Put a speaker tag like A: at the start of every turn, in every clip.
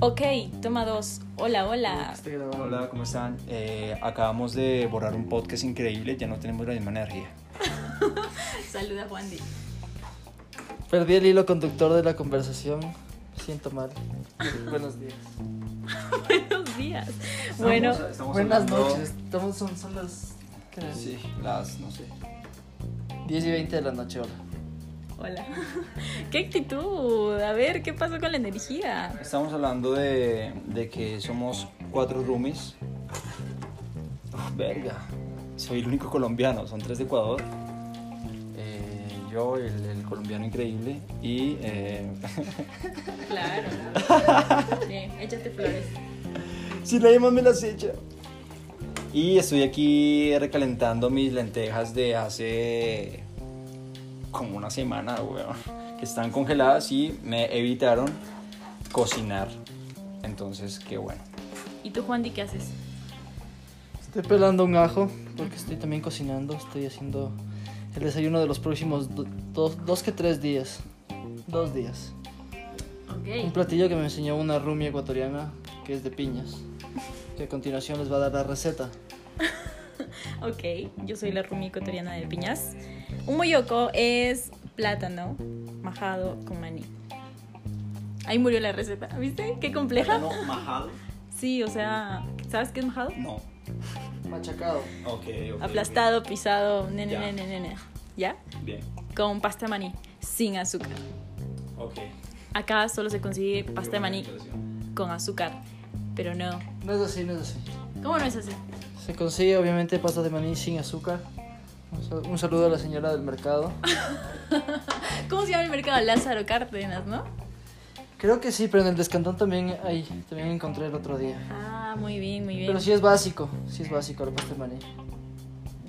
A: Ok, toma dos. Hola, hola.
B: Hola, ¿cómo están? Eh, acabamos de borrar un podcast increíble, ya no tenemos la misma energía.
A: Saluda, Juan Di.
C: Perdí el hilo conductor de la conversación. Me siento mal. Buenos días.
A: Buenos días. Bueno,
B: Estamos- estamos
C: Buenas
B: hablando-
C: noches. Estamos, son, son las ¿qué?
B: Sí, las, no sé.
C: 10 y 20 de la noche ahora.
A: hola. ¿Qué actitud? A ver, ¿qué pasó con la energía?
B: Estamos hablando de, de que somos cuatro roomies. Oh, verga, soy el único colombiano, son tres de Ecuador. Eh, yo, el, el colombiano increíble, y eh,
A: Claro. Bien, échate flores.
B: Si nadie más me las echa. Y estoy aquí recalentando mis lentejas de hace como una semana, weón. Que están congeladas y me evitaron cocinar. Entonces, qué bueno.
A: ¿Y tú, Juan Di, qué haces?
C: Estoy pelando un ajo porque estoy también cocinando. Estoy haciendo el desayuno de los próximos do- dos, dos que tres días. Dos días. Un
A: Ok.
C: platillo que me enseñó una rumia ecuatoriana que es de piñas. Que a continuación les va a dar la receta.
A: Ok, yo soy la Rumi ecuatoriana de Piñas. Un moyoco es plátano majado con maní. Ahí murió la receta. ¿Viste? Qué compleja.
B: ¿No majado?
A: Sí, o sea, ¿sabes qué es majado?
B: No.
C: Machacado.
B: Ok, ok,
A: Aplastado, pisado, nene,
B: Ya.
A: nene, nene. ¿Ya?
B: ok. Bien,
A: Con pasta maní, sin azúcar.
B: ok.
A: Acá solo se consigue pasta de
B: Buena
A: maní
B: impresión.
A: con azúcar, pero no.
C: No es así, no es así.
A: ¿Cómo no es así?
C: Se consigue obviamente pasta de maní sin azúcar. Un sal- Un saludo a la señora del mercado.
A: ¿Cómo se llama el mercado? Lázaro Cárdenas, ¿no?
C: Creo que sí, pero en el descantón también ahí, también encontré el otro día.
A: Ah, muy bien, muy bien.
C: Pero sí es básico, sí es básico la pasta de maní.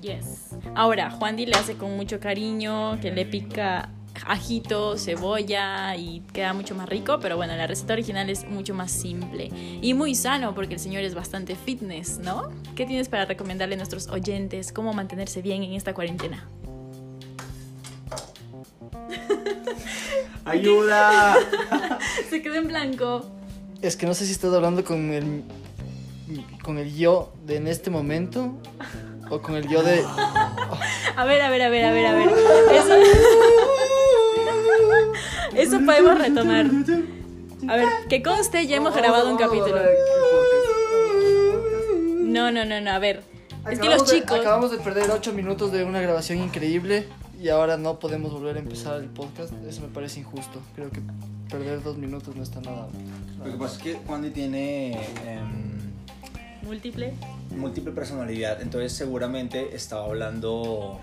A: Yes. Ahora, Juan Di le hace con mucho cariño, que le pica ajito, cebolla y queda mucho más rico, pero bueno, la receta original es mucho más simple y muy sano porque el señor es bastante fitness, ¿no? ¿Qué tienes para recomendarle a nuestros oyentes cómo mantenerse bien en esta cuarentena?
B: ¡Ayuda!
A: Se quedó en blanco.
C: Es que no sé si estás hablando con el con el yo de en este momento o con el yo de
A: A ver, a ver, a ver, a ver, a ver. Eso, Eso podemos retomar. A ver, que conste, ya hemos grabado un capítulo. No, no, no, no, a ver. Es que los
C: Acabamos de-
A: chicos.
C: acabamos de perder 8 minutos de una grabación increíble y ahora no podemos volver a empezar el podcast. Eso me parece injusto. Creo que perder dos minutos no está nada.
B: Lo que pasa es que Juan tiene... em,
A: Múltiple.
B: múltiple personalidad, entonces seguramente estaba hablando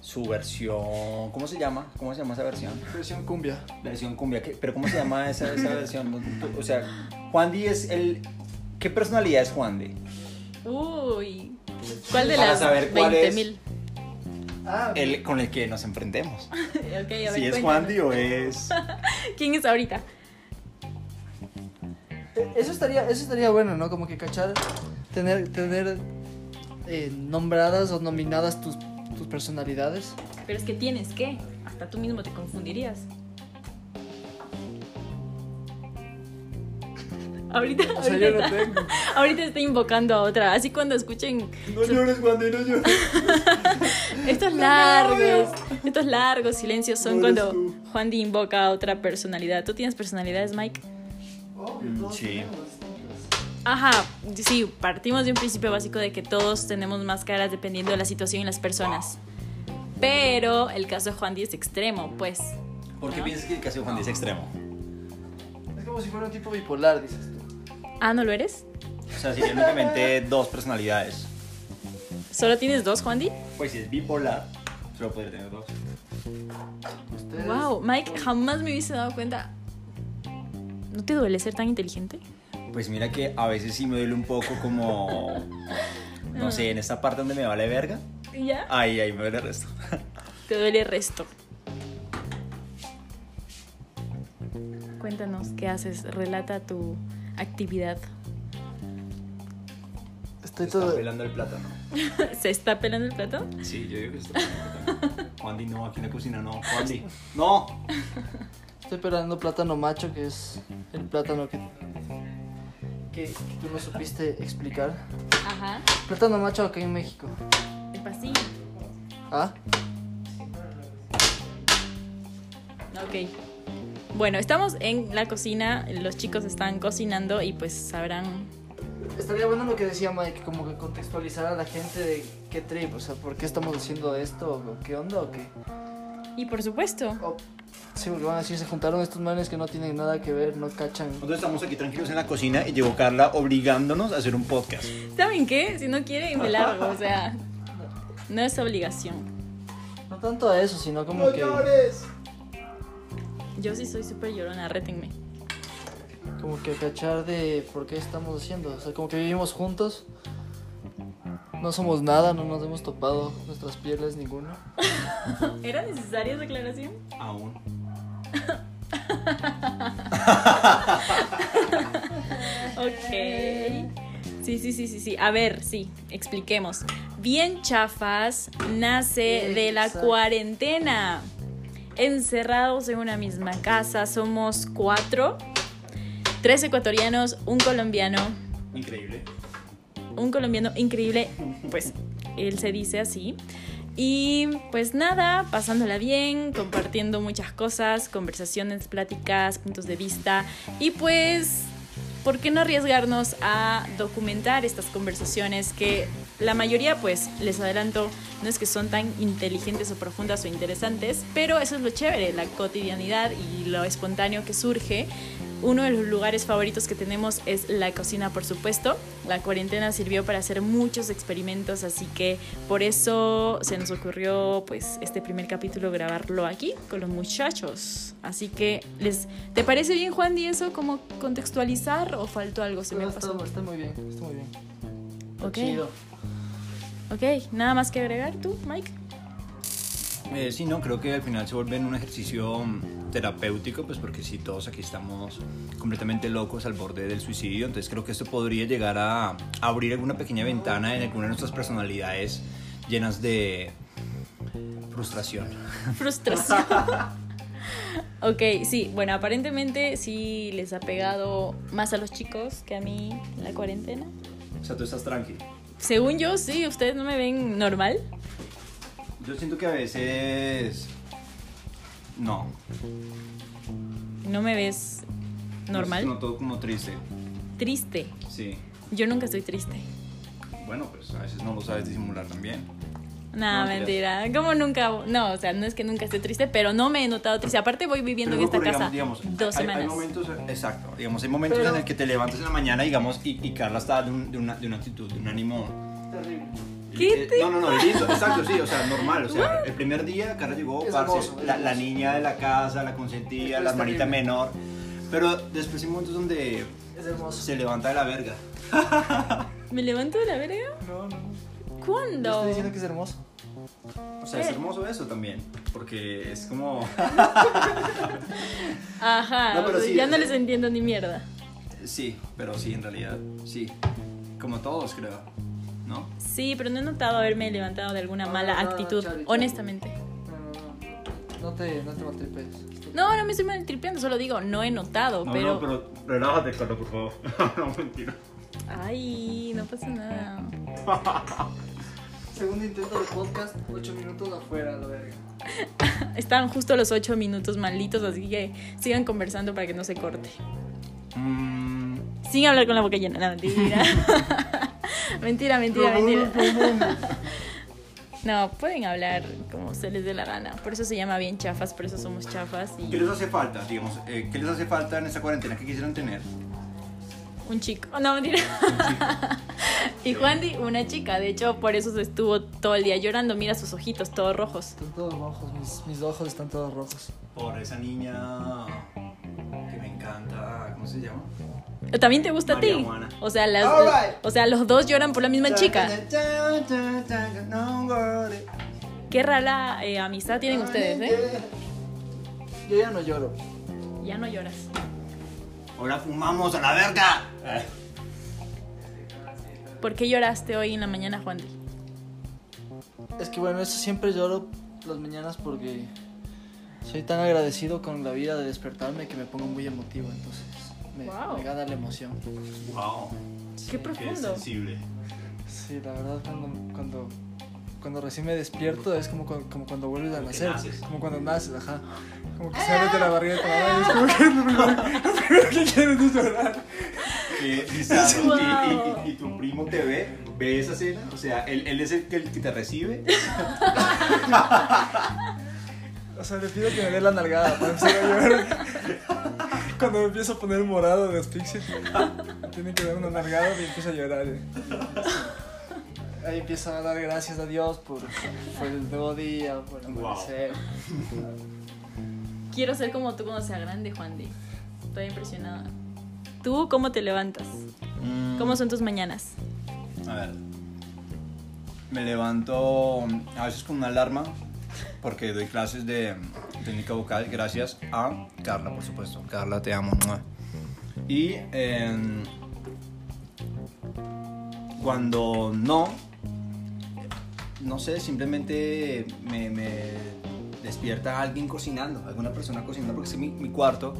B: su versión, ¿cómo se llama? ¿Cómo se llama esa versión?
C: Versión cumbia.
B: Versión cumbia, ¿qué- pero ¿cómo se llama esa, esa versión? O sea, Juan Di es el... ¿Qué personalidad es Juan Di?
A: Uy. ¿Cuál de
B: Para
A: las
B: saber cuál es.
A: 20.000?
C: Ah,
B: El con el que nos enfrentemos.
A: Ok, a ver.
B: Si es
A: cuéntanos.
B: Juan eh. Di o es...
A: ¿Quién es ahorita?
C: Eh, Eso estaría, eso estaría bueno, ¿no? Como que cachar, tener, tener eh, nombradas o nominadas tus, tus personalidades.
A: Pero es que tienes que. Hasta tú mismo te confundirías. Ahorita,
C: O sea,
A: ahorita
C: yo no
A: está-
C: tengo.
A: ahorita está invocando a otra. Así cuando escuchen
B: No llores, Juan Di, no llores.
A: Estos largos, estos largos silencios son cuando Juan Di invoca a otra personalidad. ¿Tú tienes personalidades, Mike?
B: Sí.
A: Ajá, sí, partimos de un principio básico de que todos tenemos máscaras dependiendo de la situación y las personas. Pero el caso de Juan Di es extremo, pues.
B: ¿Por qué piensas que el caso de Juan Di es extremo?
C: Es como si fuera un tipo bipolar, dices tú.
A: Ah, ¿no lo eres?
B: O sea, serían únicamente dos personalidades.
A: ¿Solo tienes dos, Juan Di?
B: Pues si es bipolar, solo podría tener dos.
C: Ustedes-
A: Wow, Mike, jamás me hubiese dado cuenta. ¿No te duele ser tan inteligente?
B: Pues mira que a veces sí me duele un poco como, no sé, en esta parte donde me vale verga,
A: ¿Ya?
B: ahí, ahí me duele el resto.
A: Te duele el resto. Cuéntanos qué haces, relata tu actividad.
C: Estoy todo.
B: pelando el plátano.
A: ¿Se está pelando el plato?
B: Sí, yo digo que está pelando el plátano. Juan Di, no, aquí en la cocina no, Juan Di, no.
C: Estoy pelando plátano macho, que es el plátano que que, que tú no supiste explicar.
A: Ajá.
C: Plátano macho acá en México.
A: El pastillo.
C: ¿Ah?
A: Ok. Bueno, estamos en la cocina, los chicos están cocinando y pues sabrán.
C: Estaría bueno lo que decía Mike, como que contextualizar a la gente de qué trip, o sea, por qué estamos haciendo esto, o qué onda, o qué.
A: Y por supuesto,
C: O- sí, porque van a decir, se juntaron estos manes que no tienen nada que ver, no cachan.
B: Nosotros estamos aquí tranquilos en la cocina y llegó Carla obligándonos a hacer un podcast.
A: ¿saben qué? Si no quieren, me largo, o sea, no es obligación.
C: No tanto a eso, sino como que,
A: Yo sí soy súper llorona, rétenme.
C: como que cachar de por qué estamos haciendo, o sea, como que vivimos juntos. No somos nada, no nos hemos topado nuestras pieles ninguno.
A: ¿Era necesaria esa aclaración?
B: Aún.
A: Ok. Sí, sí, sí, sí, sí. A ver, sí, expliquemos. Bien chafas nace de la
C: Exacto.
A: cuarentena. Encerrados en una misma casa, somos cuatro. Tres ecuatorianos, un colombiano.
B: Increíble.
A: Un colombiano increíble, pues él se dice así. Y pues nada, pasándola bien, compartiendo muchas cosas, conversaciones, pláticas, puntos de vista. Y pues, ¿por qué no arriesgarnos a documentar estas conversaciones que la mayoría, pues, les adelanto, no es que son tan inteligentes o profundas o interesantes, pero eso es lo chévere, la cotidianidad y lo espontáneo que surge. Uno de los lugares favoritos que tenemos es la cocina, por supuesto. La cuarentena sirvió para hacer muchos experimentos, así que por eso se nos ocurrió pues este primer capítulo grabarlo aquí con los muchachos. Así que les ¿te parece bien Juan y eso como contextualizar o faltó algo se me
C: No, está,
A: pasó?
C: está muy bien, está muy bien. Está
A: Ok.
C: Chido.
A: Ok, nada más que agregar tú, Mike.
B: Eh, sí, no, creo que al final se vuelve en un ejercicio mm, terapéutico, pues porque si todos aquí estamos completamente locos al borde del suicidio, entonces creo que esto podría llegar a, a abrir alguna pequeña ventana en alguna de nuestras personalidades llenas de frustración.
A: Frustración. ok, sí, bueno, aparentemente sí les ha pegado más a los chicos que a mí la cuarentena.
B: O sea, tú estás tranquilo.
A: Según yo, sí, ustedes no me ven normal.
B: Yo siento que a veces... No.
A: No me ves normal.
B: No todo como triste.
A: Triste.
B: Sí.
A: Yo nunca estoy triste.
B: Bueno, pues a veces no lo sabes disimular también.
A: No,
B: No, mentiras.
A: mentira. Como nunca? No, o sea, no es que nunca esté triste, pero no me he notado triste. Aparte voy viviendo
B: Pero
A: en esta
B: ocurre,
A: casa
B: digamos, digamos,
A: dos
B: hay- hay
A: semanas.
B: momentos- exacto, digamos, hay momentos
C: Pero-
B: en el que te levantas en la mañana, digamos, y, y Carla está de, un- de una, de una actitud, de un ánimo.
C: Terrible.
A: ¿Qué
B: eh,
A: te
B: No, no, no, listo, exacto, sí, o sea, normal, o sea, el primer día Carla llegó,
C: Es
B: parce,
C: hermoso, es
B: la, la
C: hermoso.
B: niña de la casa, la consentía,
C: Es
B: la hermanita
C: terrible.
B: menor, pero después hay momentos donde
C: Es hermoso.
B: se levanta de la verga.
A: ¿Me levanto de la verga?
C: No, no. Yo
A: ¿Cuándo?
C: estoy diciendo que es hermoso.
B: O sea, es
A: Eh.
B: hermoso eso también, porque es como...
A: Ajá,
B: No, pero
A: o sea,
B: sí,
A: ya
B: es-
A: no les entiendo ni mierda.
B: Sí, pero sí, en realidad, sí, como todos creo, ¿no?
A: Sí, pero no he notado haberme levantado de alguna
B: Ah,
C: No,
A: mala
C: no, no,
A: actitud,
C: Charlie, Charlie.
A: honestamente.
C: No, no, no. No te, no te maltripes.
A: No, no me estoy maltripeando, solo digo, no he notado,
B: No,
A: pero...
B: no, pero relájate, Carla, por favor. no, mentira.
A: Ay, no pasa nada.
C: Segundo intento de podcast, 8 minutos afuera, la verga.
A: Están justo los ocho minutos malditos, así que sigan conversando para que no se corte.
B: Mm,
A: Sin hablar con la boca llena, no, mentira. mentira, mentira, mentira. No, pueden hablar como se les dé la gana. Por eso se llama bien chafas, por eso somos chafas
B: ¿Qué
A: y
B: les hace falta, digamos? eh, ¿Qué les hace falta en esta cuarentena que quisieran tener?
A: un chico. Oh, No, mentira. y Juandi, una chica. De hecho, por eso se estuvo todo el día llorando. Mira sus ojitos todos rojos.
C: Están todos rojos, mis, mis ojos están todos rojos.
B: Por esa niña que me encanta, ¿cómo se llama?
A: ¿También te gusta a ti?
B: Marihuana.
A: O sea, las,
C: Alright.
A: o sea, los dos lloran por la misma chica. Qué rara eh, amistad tienen ustedes, ¿eh?
C: Yo ya no lloro.
A: Ya no lloras.
B: Ahora fumamos a la verga. Eh,
A: ¿Por qué lloraste hoy en la mañana, Juandi?
C: Es que bueno, eso siempre lloro las mañanas porque soy tan agradecido con la vida de despertarme que me pongo muy emotivo, entonces. Me,
A: Wow.
C: me gana la emoción.
B: Wow,
A: Qué
B: qué
A: profundo.
B: sensible.
C: Sí, la verdad, cuando, cuando, cuando recién me despierto es como, cu- como cuando vuelves a
B: Como que
C: nacer.
B: naces.
C: Como cuando naces, ajá. Como que sales de la barriga de tu mamá y es como que lo primero que quieres es llorar.
B: Qué bizarro.
A: Wow.
B: Y, y- y- y tu primo te ve, ve esa escena, o sea, él, él es el que, el que te recibe.
C: O sea, le pido que me dé la nalgada para empezar a llorar. Cuando me empiezo a poner morado de asfixia, me tienen que dar una nalgada y empiezo a llorar. eh. Ahí empiezo a dar gracias a Dios por, por el nuevo día, por el
B: Wow.
C: amanecer.
A: Quiero ser como tú cuando sea grande, Juan D. Estoy impresionada. ¿Tú cómo te levantas? ¿Cómo son tus mañanas?
B: A ver. Me levanto a veces con una alarma porque doy clases de técnica vocal gracias a Carla, por supuesto. Carla, te amo. ¡mua! Y em, cuando no, no sé, simplemente me, me despierta alguien cocinando, alguna persona cocinando, porque es que mi, mi cuarto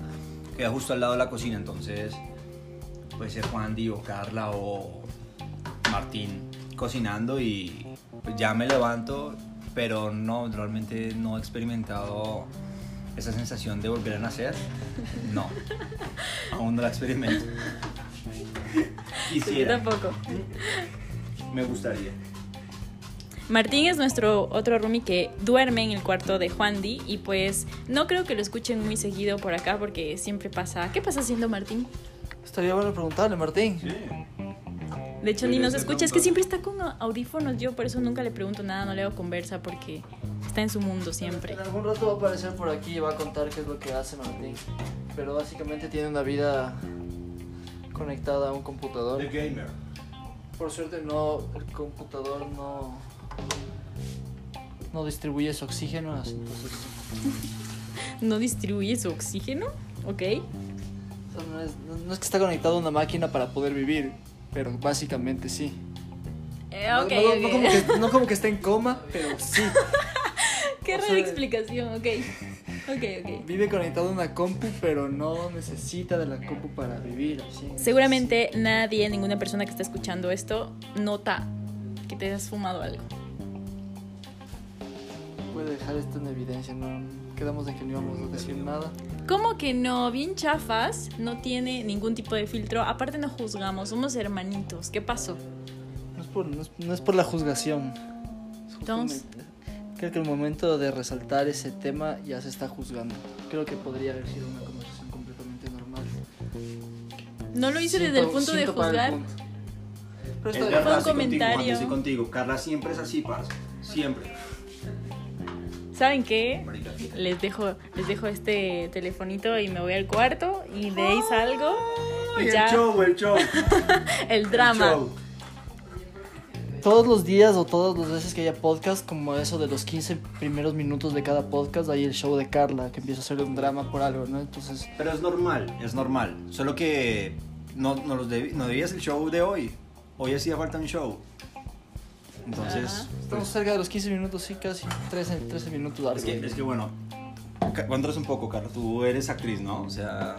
B: queda justo al lado de la cocina, entonces puede ser Juan Di o Carla o Martín cocinando y pues ya me levanto, pero no, realmente no he experimentado esa sensación de volver a nacer. No, aún no la experimento.
A: Yo
B: Quisiera,
A: tampoco.
B: me gustaría.
A: Martín es nuestro otro roomie que duerme en el cuarto de Juan D. Y pues no creo que lo escuchen muy seguido por acá porque siempre pasa. ¿Qué pasa haciendo Martín?
C: Estaría bueno preguntarle, Martín.
A: De hecho, ni
B: Debería
A: nos
B: ser
A: escucha. Pues Es
B: preguntado.
A: que siempre está con audífonos. Yo por eso nunca le pregunto nada, no le hago conversa porque está en su mundo siempre.
C: En algún rato va a aparecer por aquí y va a contar qué es lo que hace Martín. Pero básicamente tiene una vida conectada a un computador.
B: gamer.
C: Por suerte no, el computador no no distribuye su oxígeno, así, entonces
A: No distribuye su oxígeno, ¿ok?
C: o sea, no es, no- no es que está conectado a una máquina para poder vivir, pero básicamente sí.
A: Eh,
C: No-
A: ok,
C: no, no
A: ok.
C: como que, no como que está en coma, pero sí.
A: Qué
C: o
A: rara
C: sea-
A: explicación, ok. Ok, ok.
C: Vive conectado a una compu, pero no necesita de la compu para vivir. así.
A: Seguramente nadie, ninguna persona que está escuchando esto, nota que te has fumado algo.
C: Voy a dejar esto en evidencia, no quedamos de que no íbamos a decir nada.
A: ¿Cómo que no? Bien chafas, no tiene ningún tipo de filtro. Aparte no juzgamos, somos hermanitos. ¿Qué pasó?
C: No es por, no es, no es por la juzgación. Es justamente-
A: Entonces-
C: Creo que el momento de resaltar ese tema ya se está juzgando. Creo que podría haber sido una conversación completamente normal.
A: No lo hice
C: Siento-
A: desde el punto de
C: siento para
A: juzgar.
C: el punto. Pero
B: Es
C: está
A: Fue un
C: bien.
B: verdad, estoy contigo, Juan,
A: comentario.
B: estoy contigo. Carla siempre es así, parce. Siempre.
A: ¿Saben qué?
B: Marica.
A: Les dejo, les dejo este telefonito y me voy al cuarto y de ahí salgo. Y
B: Ay,
A: ya
B: El show, el show.
A: el drama.
B: El show.
C: Todos los días o todas las veces que haya podcast, como eso de los 15 primeros minutos de cada podcast, hay el show de Carla, que empieza a hacer un drama por algo, ¿no? Entonces,
B: Pero es normal, es normal. Solo que no, no, los debí- no debías el show de hoy. Hoy hacía falta un show. Entonces, pues,
C: estamos cerca de los 15 minutos, sí, casi 13, 13 minutos.
B: es
C: algo.
B: que, es que bueno, ca- cuéntanos un poco, Carla. Tú eres actriz, ¿no? O sea,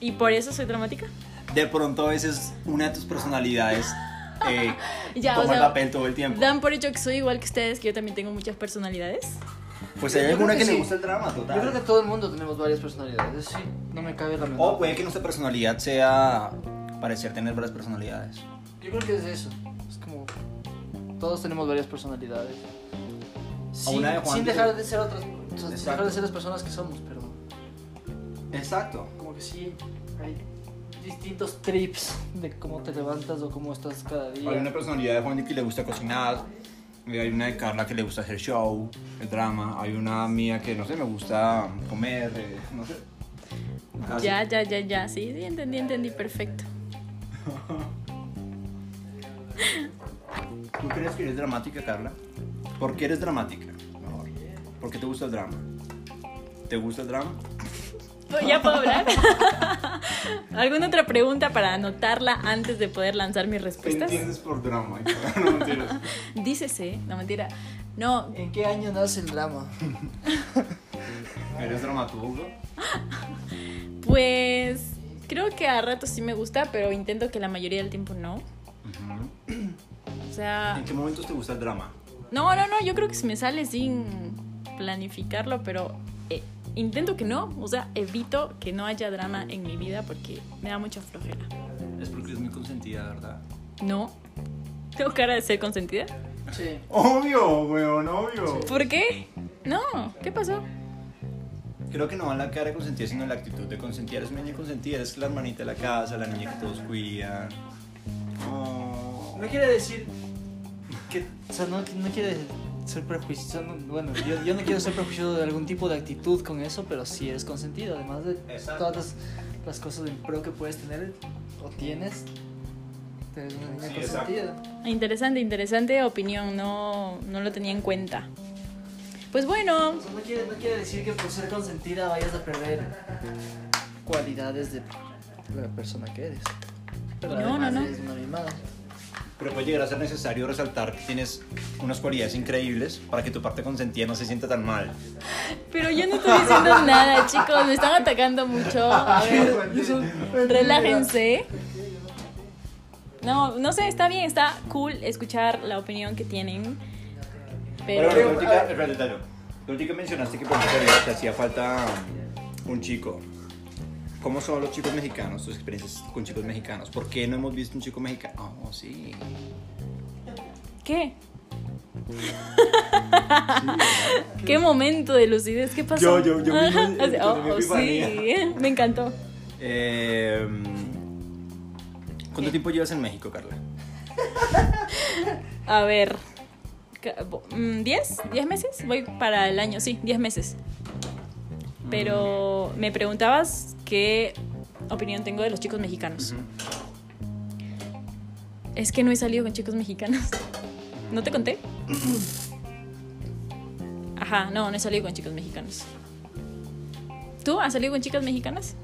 A: Y por eso soy dramática.
B: de pronto a veces una de tus personalidades eh,
A: Ya,
B: toma
A: o sea,
B: el papel todo el tiempo.
A: Dan por hecho que soy igual que ustedes, que yo también tengo muchas personalidades.
B: Pues
C: Yo
B: hay
C: creo
B: alguna
C: que
B: que, le
C: sí.
B: gusta el drama,
C: Yo creo que
B: total.
C: todo el mundo tenemos varias personalidades, sí, no me cabe la menor.
B: O puede que nuestra personalidad sea parecer tener varias personalidades.
C: Yo creo que es eso. Es como. Todos tenemos varias personalidades. Sin,
B: una de Juan
C: sin
B: Diego.
C: dejar de ser otras. o sea, sin
B: Exacto.
C: dejar de ser las personas que somos, pero.
B: Exacto.
C: Como que sí. Hay distintos trips de cómo te levantas o cómo estás cada día.
B: Hay una personalidad de Juan que le gusta cocinar, y hay una de Carla que le gusta hacer show, el drama, hay una mía que no sé, me gusta comer, eh, no sé. Así.
A: Ya, ya, ya, ya. Sí, sí, entendí, entendí, perfecto.
B: ¿Tú crees que eres dramática, Carla? ¿Por qué eres dramática? Mejor. ¿Por qué te gusta el drama? ¿Te gusta el drama?
A: Oh, ¿Ya puedo hablar? ¿Alguna otra pregunta para anotarla antes de poder lanzar mis respuestas?
B: por drama? No mentiras.
A: Dícese, no mentira. No,
C: ¿En qué año nace el drama?
B: ¿Eres dramaturgo?
A: pues Creo que a ratos sí me gusta, pero intento que la mayoría del tiempo no. O sea,
B: ¿En qué momentos te gusta el drama?
A: no, no, no, yo creo que si me sale sin planificarlo, pero eh, intento que no, o sea, evito que no haya drama en mi vida porque me da mucha flojera.
B: Es porque es muy consentida, ¿verdad?
A: No. ¿Tengo cara de ser consentida?
C: Sí.
B: Obvio, weón, obvio.
A: ¿Por qué? No, ¿qué pasó?
B: Creo que no va en la cara de consentida, sino en la actitud de consentida. Eres una niña consentida, eres la hermanita de la casa, la niña que todos cuidan. Oh.
C: No quiere decir que. O sea, no, no quiere ser prejuicioso. no- bueno, yo, yo no quiero ser prejuicioso de algún tipo de actitud con eso, pero sí eres consentido. Además de
B: Exacto.
C: todas las, las cosas de pro que puedes tener o tienes, eres una niña
B: Sí, exacto.
C: consentida.
A: Interesante, interesante opinión, no, no lo tenía en cuenta. Pues bueno,
C: O sea, no, quiere, no quiere decir que por ser consentida vayas a perder cualidades de la persona que eres. Pero
A: No, no,
C: además
A: no.
C: eres una mimada.
B: Pero puede llegar a ser necesario resaltar que tienes unas cualidades increíbles para que tu parte consentida no se sienta tan mal.
A: pero yo no estoy diciendo nada, chicos, me están atacando mucho. A ver, relájense. No, no sé, está bien, está cool escuchar la opinión que tienen.
B: Pero
A: Pero
B: bueno, ahorita, espérate, Tayo. Tú ahorita mencionaste que por ejemplo, te hacía falta um, un chico. ¿Cómo son los chicos mexicanos, tus experiencias con chicos mexicanos? ¿Por qué no hemos visto un chico mexicano? Oh, sí.
A: ¿qué? Qué momento de lucidez, ¿qué pasó?
B: Yo- yo- yo mismo, eh,
A: Así, oh,
B: tuve mi
A: oh, sí,
B: epifanía.
A: me encantó.
B: Eh, ¿Cuánto tiempo llevas en México, Carla?
A: A ver. ca- bo- mm, ¿10? ¿10 meses? Voy para el año, sí, 10 meses. Pero me preguntabas qué opinión tengo de los chicos mexicanos. Es que no he salido con chicos mexicanos. ¿No te conté? Ajá, no, no he salido con chicos mexicanos. ¿Tú has salido con chicas mexicanas?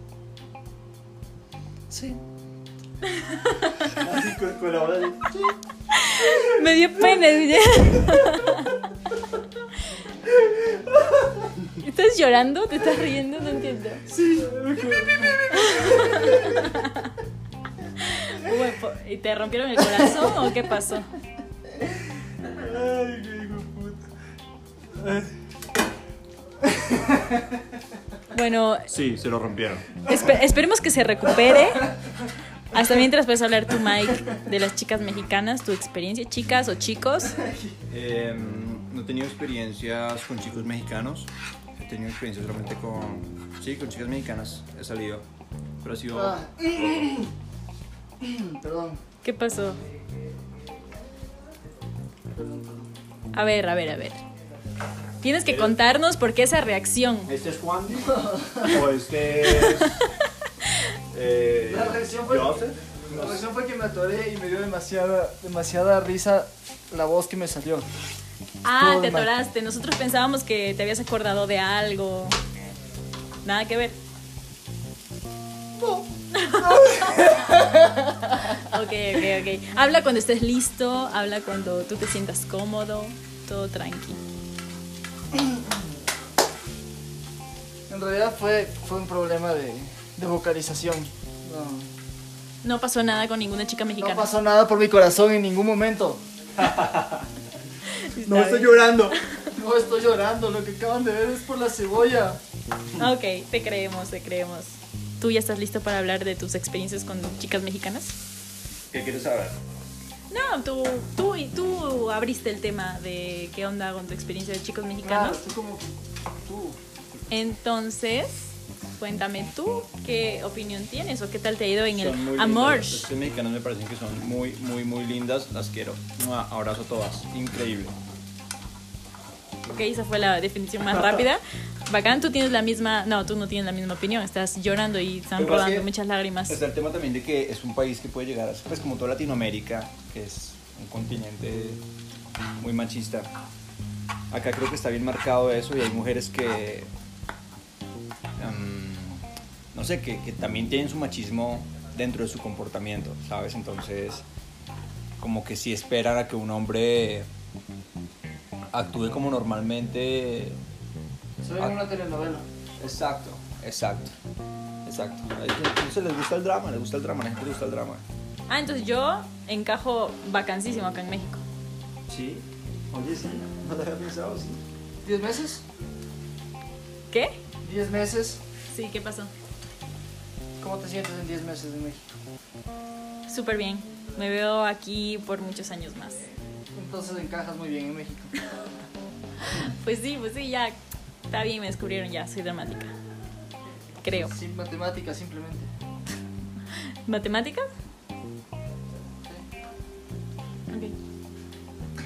C: Sí.
A: Me dio pena. ya. ¿Estás llorando? ¿Te estás riendo? No entiendo. Uy, po- ¿Y te rompieron el corazón o qué pasó?
D: Ay, qué hijo de puta.
A: Bueno,
B: Sí, se lo rompieron.
A: espe- esperemos que se recupere. Hasta mientras puedes hablar tú, Mike, de las chicas mexicanas, tu experiencia, chicas o chicos.
B: Em, no he tenido experiencias con chicos mexicanos. He tenido experiencias solamente con. Sí, con chicas mexicanas. He salido. Pero ha sido.
C: Ah. Perdón.
A: ¿Qué pasó? A ver, a ver, a ver. Tienes que contarnos por qué esa reacción.
B: ¿Este es Juan? ¿O este es.? eh,
C: La reacción fue-
B: Joseph?
C: La razón fue que me atoré y me dio demasiada, demasiada risa la voz que me salió.
A: Ah,
C: Todo
A: te
C: mal.
A: atoraste. Nosotros pensábamos que te habías acordado de algo. Nada que ver. ok, ok, ok. Habla cuando estés listo, habla cuando tú te sientas cómodo, todo tranqui.
C: En realidad fue, fue un problema de, de vocalización. No,
A: No pasó nada con ninguna chica
C: no
A: mexicana.
C: pasó nada por mi corazón en ningún momento.
A: Está
B: No, estoy
A: bien.
B: llorando.
C: No estoy llorando, lo que acaban de ver es por la cebolla.
A: Ok, te creemos, te creemos. ¿Tú ya estás listo para hablar de tus experiencias con chicas mexicanas?
B: ¿Qué quieres saber?
A: No, tú, tú, y tú abriste el tema de qué onda con tu experiencia de chicos
C: Claro,
A: mexicanos.
C: tú Ah, como tú.
A: Entonces, cuéntame tú qué opinión tienes o qué tal te ha ido en
B: Son muy
A: el
B: lindas.
A: amor.
B: Las chicas mexicanas me parecen que son muy, muy, muy lindas. Las quiero. Mua, Abrazo a todas. Increíble.
A: Ok, esa fue la definición más rápida. Bacán, tú tienes la misma, no, tú no tienes la misma opinión, estás llorando y están
B: Lo que pasa
A: rodando
B: es que
A: muchas lágrimas.
B: Está el tema también de que es un país que puede llegar a ser, pues como toda Latinoamérica, que es un continente muy machista. Acá creo que está bien marcado eso y hay mujeres que, mm, no sé, que, que también tienen su machismo dentro de su comportamiento, ¿sabes? Entonces, como que sí esperan a que un hombre actúe como normalmente
C: Soy en una telenovela.
B: Exacto, exacto.
E: Exacto. A ellos se les gusta el drama, les gusta el drama, a la gente le gusta el drama.
A: Ah, entonces yo encajo vacancísimo acá en México.
E: Sí. Oye, sí. No lo había pensado, sí.
C: ¿Diez meses?
A: ¿Qué?
C: ¿Diez meses?
A: Sí, ¿qué pasó?
C: ¿Cómo te sientes en diez meses en México?
A: Súper bien. Me veo aquí por muchos años más.
C: Entonces encajas muy bien en México.
A: Pues sí, pues sí, ya. Está bien, me descubrieron ya. Soy dramática. Creo.
C: Sin matemáticas, simplemente.
A: ¿Matemática?
C: Sí.
A: Ok.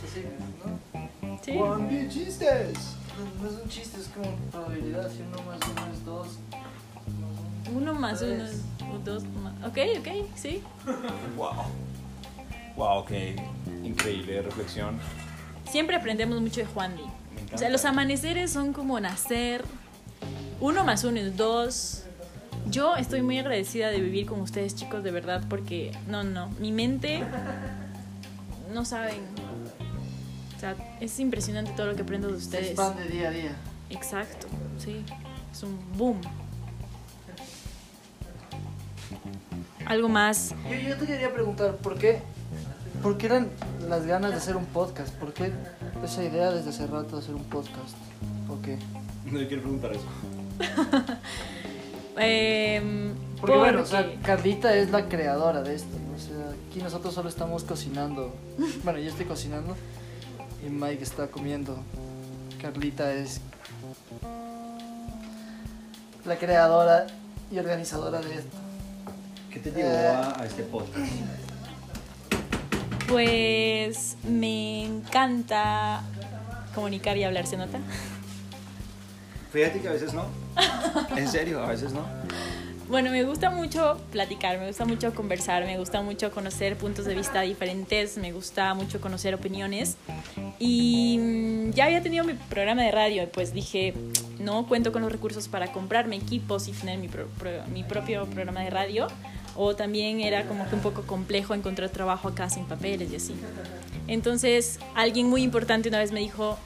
C: Sí, sí, ¿no?
A: Sí.
E: Juan, bien chistes.
C: No, no es un chiste, es como probabilidad. Si uno más uno es dos. más
A: Uno más
C: Tres.
A: uno, es- o dos más. Ok, ok, sí.
E: Wow. Wow, qué increíble reflexión.
A: Siempre aprendemos mucho de Juan Di.
E: Me encanta.
A: O sea, los amaneceres son como nacer. Uno más uno es dos. Yo estoy muy agradecida de vivir con ustedes, chicos, de verdad, porque no, no, mi mente no saben. O sea, es impresionante todo lo que aprendo de
C: Se
A: ustedes.
C: expande día a día.
A: Exacto, sí. Es un boom. Algo más.
C: Yo, yo te quería preguntar, ¿por qué? ¿Por qué eran las ganas de hacer un podcast? ¿Por qué esa idea desde hace rato de hacer un podcast? ¿O qué?
B: No le quiero preguntar eso.
A: em,
C: Porque bueno, o sea,
A: porque-
C: Carlita es la creadora de esto. ¿no? O sea, aquí nosotros solo estamos cocinando. Bueno, yo estoy cocinando y Mike está comiendo. Carlita es la creadora y organizadora de esto.
B: ¿Qué te llevó
C: Eh.
B: a, a este podcast?
A: Pues me encanta comunicar y hablar, ¿se nota?
B: Fíjate que a veces no.
E: En serio, a veces no.
A: Bueno, me gusta mucho platicar, me gusta mucho conversar, me gusta mucho conocer puntos de vista diferentes, me gusta mucho conocer opiniones. Y mm, ya había tenido mi programa de radio y pues dije, no cuento con los recursos para comprarme equipos y tener mi, pro- pro- mi propio programa de radio. O también era como que un poco complejo encontrar trabajo acá sin papeles y así. Entonces, alguien muy importante una vez me dijo,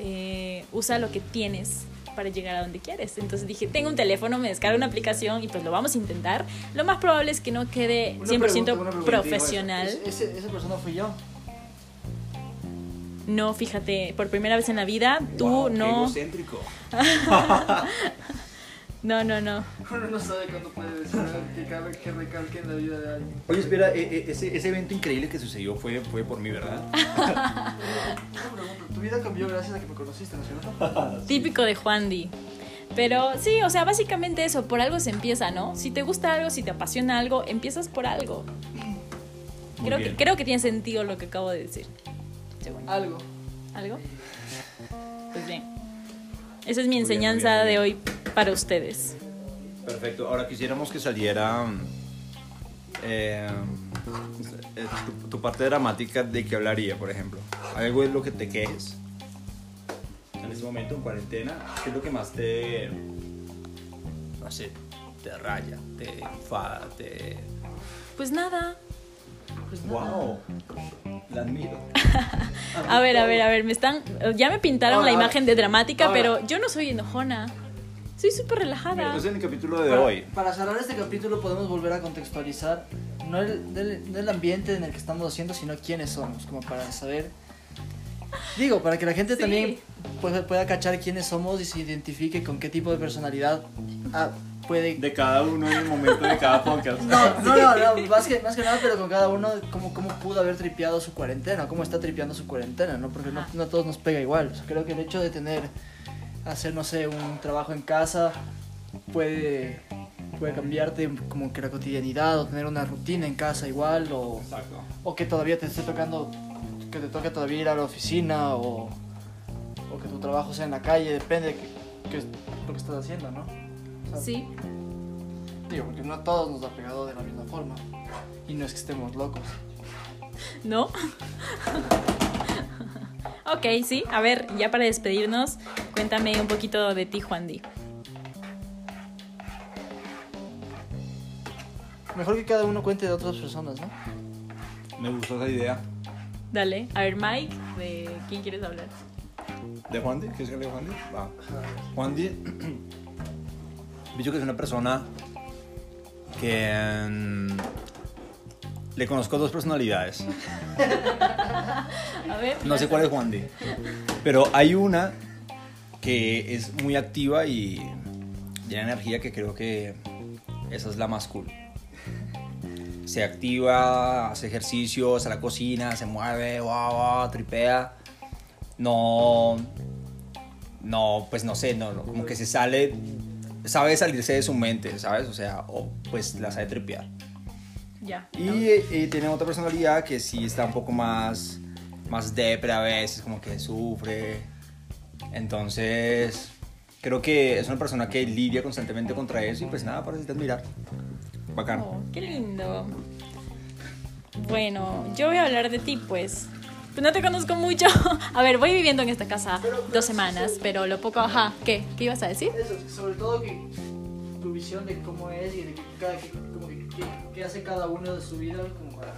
A: eh, usa lo que tienes para llegar a donde quieres. Entonces dije, tengo un teléfono, me descargo una aplicación y pues lo vamos a intentar. Lo más probable es que no quede 100%
C: Una pregunta, una pregunta, digo,
A: profesional.
C: Es- ese- esa persona fui yo.
A: No, fíjate, por primera vez en la vida, tú
B: Wow, qué
A: no.
B: egocéntrico.
A: No, no, no.
C: Uno no sabe cuándo puede decir que, cabe- que recalque en la vida de alguien.
B: Oye, espera, e- e- ese, ese evento increíble que sucedió fue, fue por mí, ¿verdad?
A: Ah,
C: Una pregunta, tu vida cambió gracias a que me conociste, ¿no es cierto?
A: Típico de Juan Di. Pero sí, o sea, básicamente eso, por algo se empieza, ¿no? Si te gusta algo, si te apasiona algo, empiezas por algo.
B: Muy
A: Creo que,
B: bien.
A: creo que tiene sentido lo que acabo de decir. Según.
C: Algo.
A: ¿Algo? Pues bien. Esa es mi
B: bien,
A: enseñanza
B: muy bien,
A: de
B: muy
A: hoy para ustedes.
B: Perfecto. Ahora quisiéramos que saliera mm, eh, eh, tu, tu parte dramática de qué hablaría, por ejemplo. ¿Algo es lo que te quejes? En ese momento, en cuarentena, ¿qué es lo que más te... No sé, te raya, te enfada, te...
A: Pues nada.
C: Pues nada.
B: ¡Wow! La admiro.
A: A ver, a ver, a ver, me están. Ya me pintaron la
C: Ahora,
A: imagen de dramática,
C: ahora.
A: pero yo no soy enojona. Soy súper relajada.
B: Entonces, en el capítulo de
C: Para-
B: hoy...
C: Para cerrar este capítulo podemos volver a contextualizar no el, del, no el ambiente en el que estamos haciendo, sino quiénes somos, como para saber... Digo, para que la gente
A: Sí.
C: también pueda, pueda cachar quiénes somos y se identifique con qué tipo de personalidad ah, puede...
B: De cada uno y el momento de cada podcast.
C: No, no, no, no, más, que, más que nada, pero con cada uno, cómo, cómo pudo haber tripeado su cuarentena, cómo está tripeando su cuarentena, ¿no? Porque no,
A: Ajá.
C: no a todos nos pega igual. O sea, creo que el hecho de tener, hacer, no sé, un trabajo en casa puede, puede cambiarte como que la cotidianidad, o tener una rutina en casa igual, o,
B: Exacto.
C: o que todavía te esté tocando, que te toque todavía ir a la oficina, o, o que tu trabajo sea en la calle, depende de qué- qué es lo que estás haciendo, ¿no? O sea,
A: Sí.
C: Digo, porque no a todos nos ha pegado de la misma forma. Y no es que estemos locos.
A: ¿No? ok, sí. A ver, ya para despedirnos, cuéntame un poquito de ti, Juan Di.
C: Mejor que cada uno cuente de otras personas, ¿no?
B: Me gustó esa idea.
A: Dale, a ver, Mike, ¿de quién quieres hablar?
B: ¿De Juan Di? ¿Quieres que hable de Juan Di? Va. Juan Di, dicho que es una persona que mm, le conozco dos personalidades.
A: A ver.
B: No sé cuál es Juan Di. Pero hay una que es muy activa y llena de energía que creo que esa es la más cool. Se activa, hace ejercicios, a la cocina, se mueve, guau, guau, tripea. No, no, pues no sé, no, no, como que se sale, sabe salirse de su mente, ¿sabes? O sea, o pues la sabe tripear.
A: Ya.
B: Y eh, tiene otra personalidad que sí está un poco más, más depre a veces, como que sufre. Entonces, creo que es una persona que lidia constantemente contra eso y pues nada, para de admirar. Bacano.
A: Oh, qué lindo. Bueno, yo voy a hablar de ti, pues. Pues No te conozco mucho. A ver, voy viviendo en esta casa dos semanas, pero lo poco, ajá, ¿qué? ¿Qué ibas a decir?
C: Eso, sobre todo que tu visión de cómo es y de que cada, que- como que- que- qué hace cada uno de su vida como para,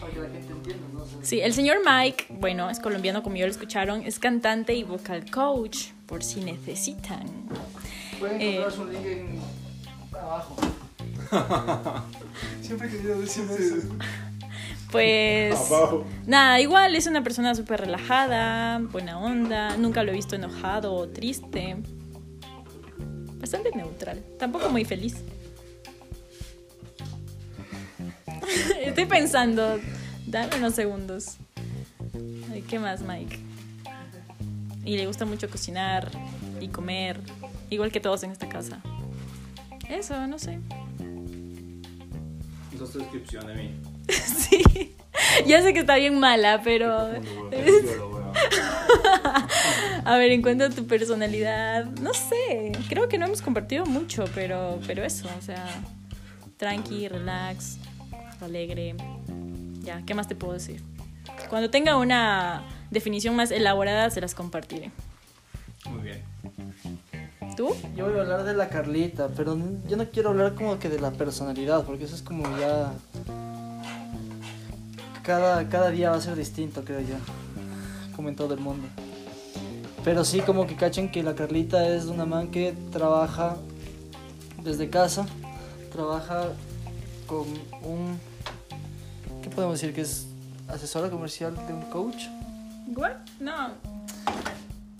C: para que la gente entienda, ¿no? O sea,
A: Sí, el señor Mike, bueno, es colombiano como yo lo escucharon, es cantante y vocal coach, por si necesitan.
C: pueden
A: Eh.
C: encontrar su link en abajo.
F: Siempre he querido decir eso.
A: Pues... Nada, igual es una persona súper relajada, buena onda, nunca lo he visto enojado o triste. Bastante neutral, tampoco muy feliz. Estoy pensando, dame unos segundos. Ay, ¿Qué más, Mike? Y le gusta mucho cocinar y comer, igual que todos en esta casa. Eso, no sé.
B: Esa es tu descripción de mí.
A: Sí, ya sé que está bien mala, pero... A ver, en cuanto a tu personalidad, no sé, creo que no hemos compartido mucho, pero, pero eso, o sea, tranqui, relax, alegre. Ya, ¿qué más te puedo decir? Cuando tenga una definición más elaborada, se las compartiré.
B: Muy bien.
A: ¿Tú?
C: Yo voy a hablar de la Carlita, pero n- yo no quiero hablar como que de la personalidad, porque eso es como ya... Cada, cada día va a ser distinto, creo yo, como en todo el mundo. Pero sí, como que cachen que la Carlita es una man que trabaja desde casa, trabaja con un... ¿Qué podemos decir? Que es asesora comercial de un coach.
A: ¿What? No,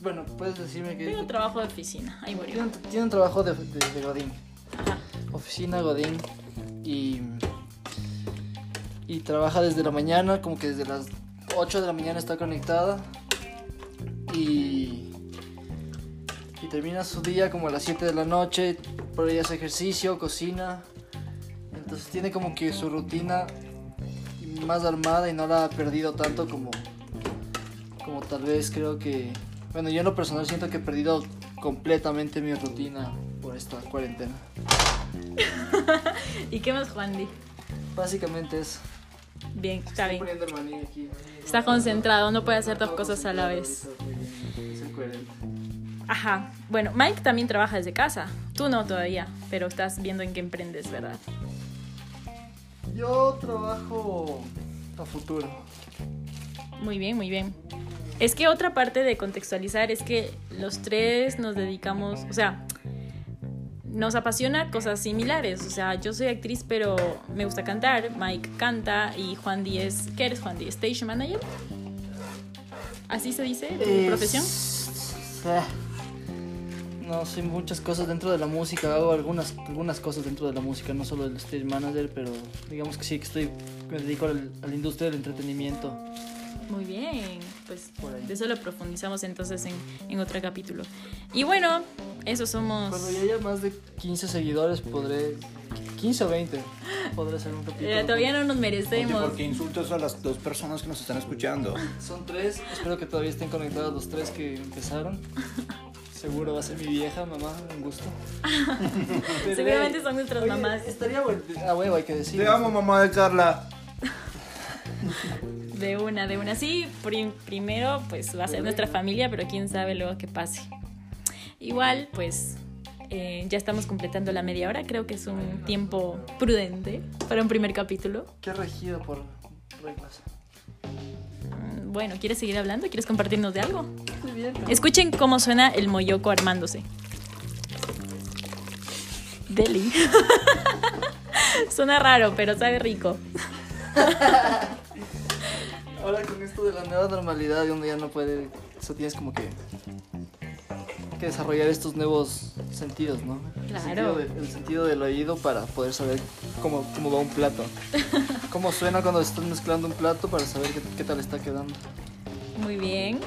C: Bueno, puedes decirme que...
A: tengo trabajo de oficina, ahí
C: Tiene
A: murió.
C: un, tiene un trabajo de, de- de Godín.
A: Ajá.
C: Oficina Godín. Y. Y trabaja desde la mañana, como que desde las 8 de la mañana está conectada. Y. Y termina su día como a las 7 de la noche. Por ahí hace ejercicio, cocina. Entonces tiene como que su rutina más armada y no la ha perdido tanto como. Como tal vez creo que. Bueno, yo en lo personal siento que he perdido completamente mi rutina por esta cuarentena.
A: ¿Y qué más, Juandi?
C: Básicamente es.
A: Bien, está
C: Estoy
A: bien.
C: poniendo el maní aquí.
A: Está concentrado, no puede hacer dos cosas a la vez.
C: Soy coherente.
A: Ajá. Bueno, Mike también trabaja desde casa. Tú no todavía, pero estás viendo en qué emprendes, ¿verdad?
C: Yo trabajo a futuro.
A: Muy bien, muy bien. Es que otra parte de contextualizar es que los tres nos dedicamos, o sea, nos apasiona cosas similares. O sea, yo soy actriz, pero me gusta cantar. Mike canta y Juan Di es, ¿qué eres Juan Di? Stage manager. ¿Así se dice tu
C: Eh,
A: profesión?
C: s- ah. No, soy muchas cosas dentro de la música, hago algunas, algunas cosas dentro de la música, no solo el stage manager, pero digamos que sí, que estoy, me dedico al- a la industria del entretenimiento.
A: Muy bien, pues
C: Por ahí.
A: de eso lo profundizamos entonces en, en otro capítulo. Y bueno, eso somos...
C: Cuando ya haya más de 15 seguidores podré... 15 o 20 podré hacer un capítulo.
A: Eh, todavía no nos
B: ¿Por
A: merecemos.
B: qué insultas a las dos personas que nos están escuchando?
C: Son tres, espero que todavía estén conectados los tres que empezaron. Seguro va a ser mi vieja, mamá, un gusto. Pero,
A: Seguramente
C: eh,
A: son nuestras
C: oye,
A: mamás.
C: Estaría bueno, a huevo hay que decir.
B: mamá de Carla.
A: De una, de una. Sí, prim- primero pues va a ser nuestra familia, pero quién sabe luego qué pase. Igual, pues eh, ya estamos completando la media hora. Creo que es un tiempo prudente para un primer capítulo.
C: Qué regido por reglas.
A: Mm, Bueno, ¿quieres seguir hablando? ¿Quieres compartirnos de algo?
C: Muy bien.
A: Escuchen cómo suena el moyoco armándose. Deli. suena raro, pero sabe rico.
C: Ahora con esto de la nueva normalidad, donde ya no puede, o sea, tienes como que, que desarrollar estos nuevos sentidos, ¿no?
A: Claro.
C: El sentido, de- el sentido del oído para poder saber cómo, cómo va un plato. cómo suena cuando estás mezclando un plato para saber qué, qué tal está quedando.
A: Muy bien.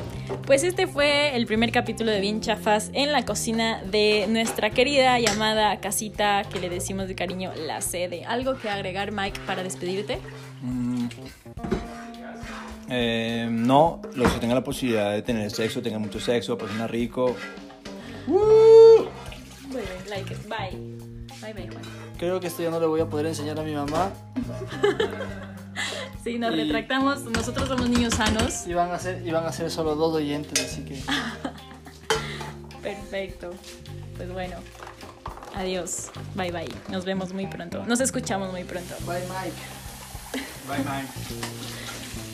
A: Pues este fue el primer capítulo de Bien Chafas en la cocina de nuestra querida llamada casita que le decimos de cariño la sede. ¿Algo que agregar, Mike, para despedirte?
B: Mm. Eh, no, los que tengan la posibilidad de tener sexo, tengan mucho sexo, pasen rico.
A: Muy bien, like it. Bye. Bye, bye, Juan.
C: Creo que esto ya no le voy a poder enseñar a mi mamá
A: Sí, nos
C: Y-
A: retractamos. Nosotros somos niños sanos.
C: y van a ser, y van a ser solo dos oyentes, así que
A: Perfecto. Pues bueno. Adiós. Bye, bye. Nos vemos muy pronto. Nos escuchamos muy pronto.
C: bye Mike.
B: Bye bye.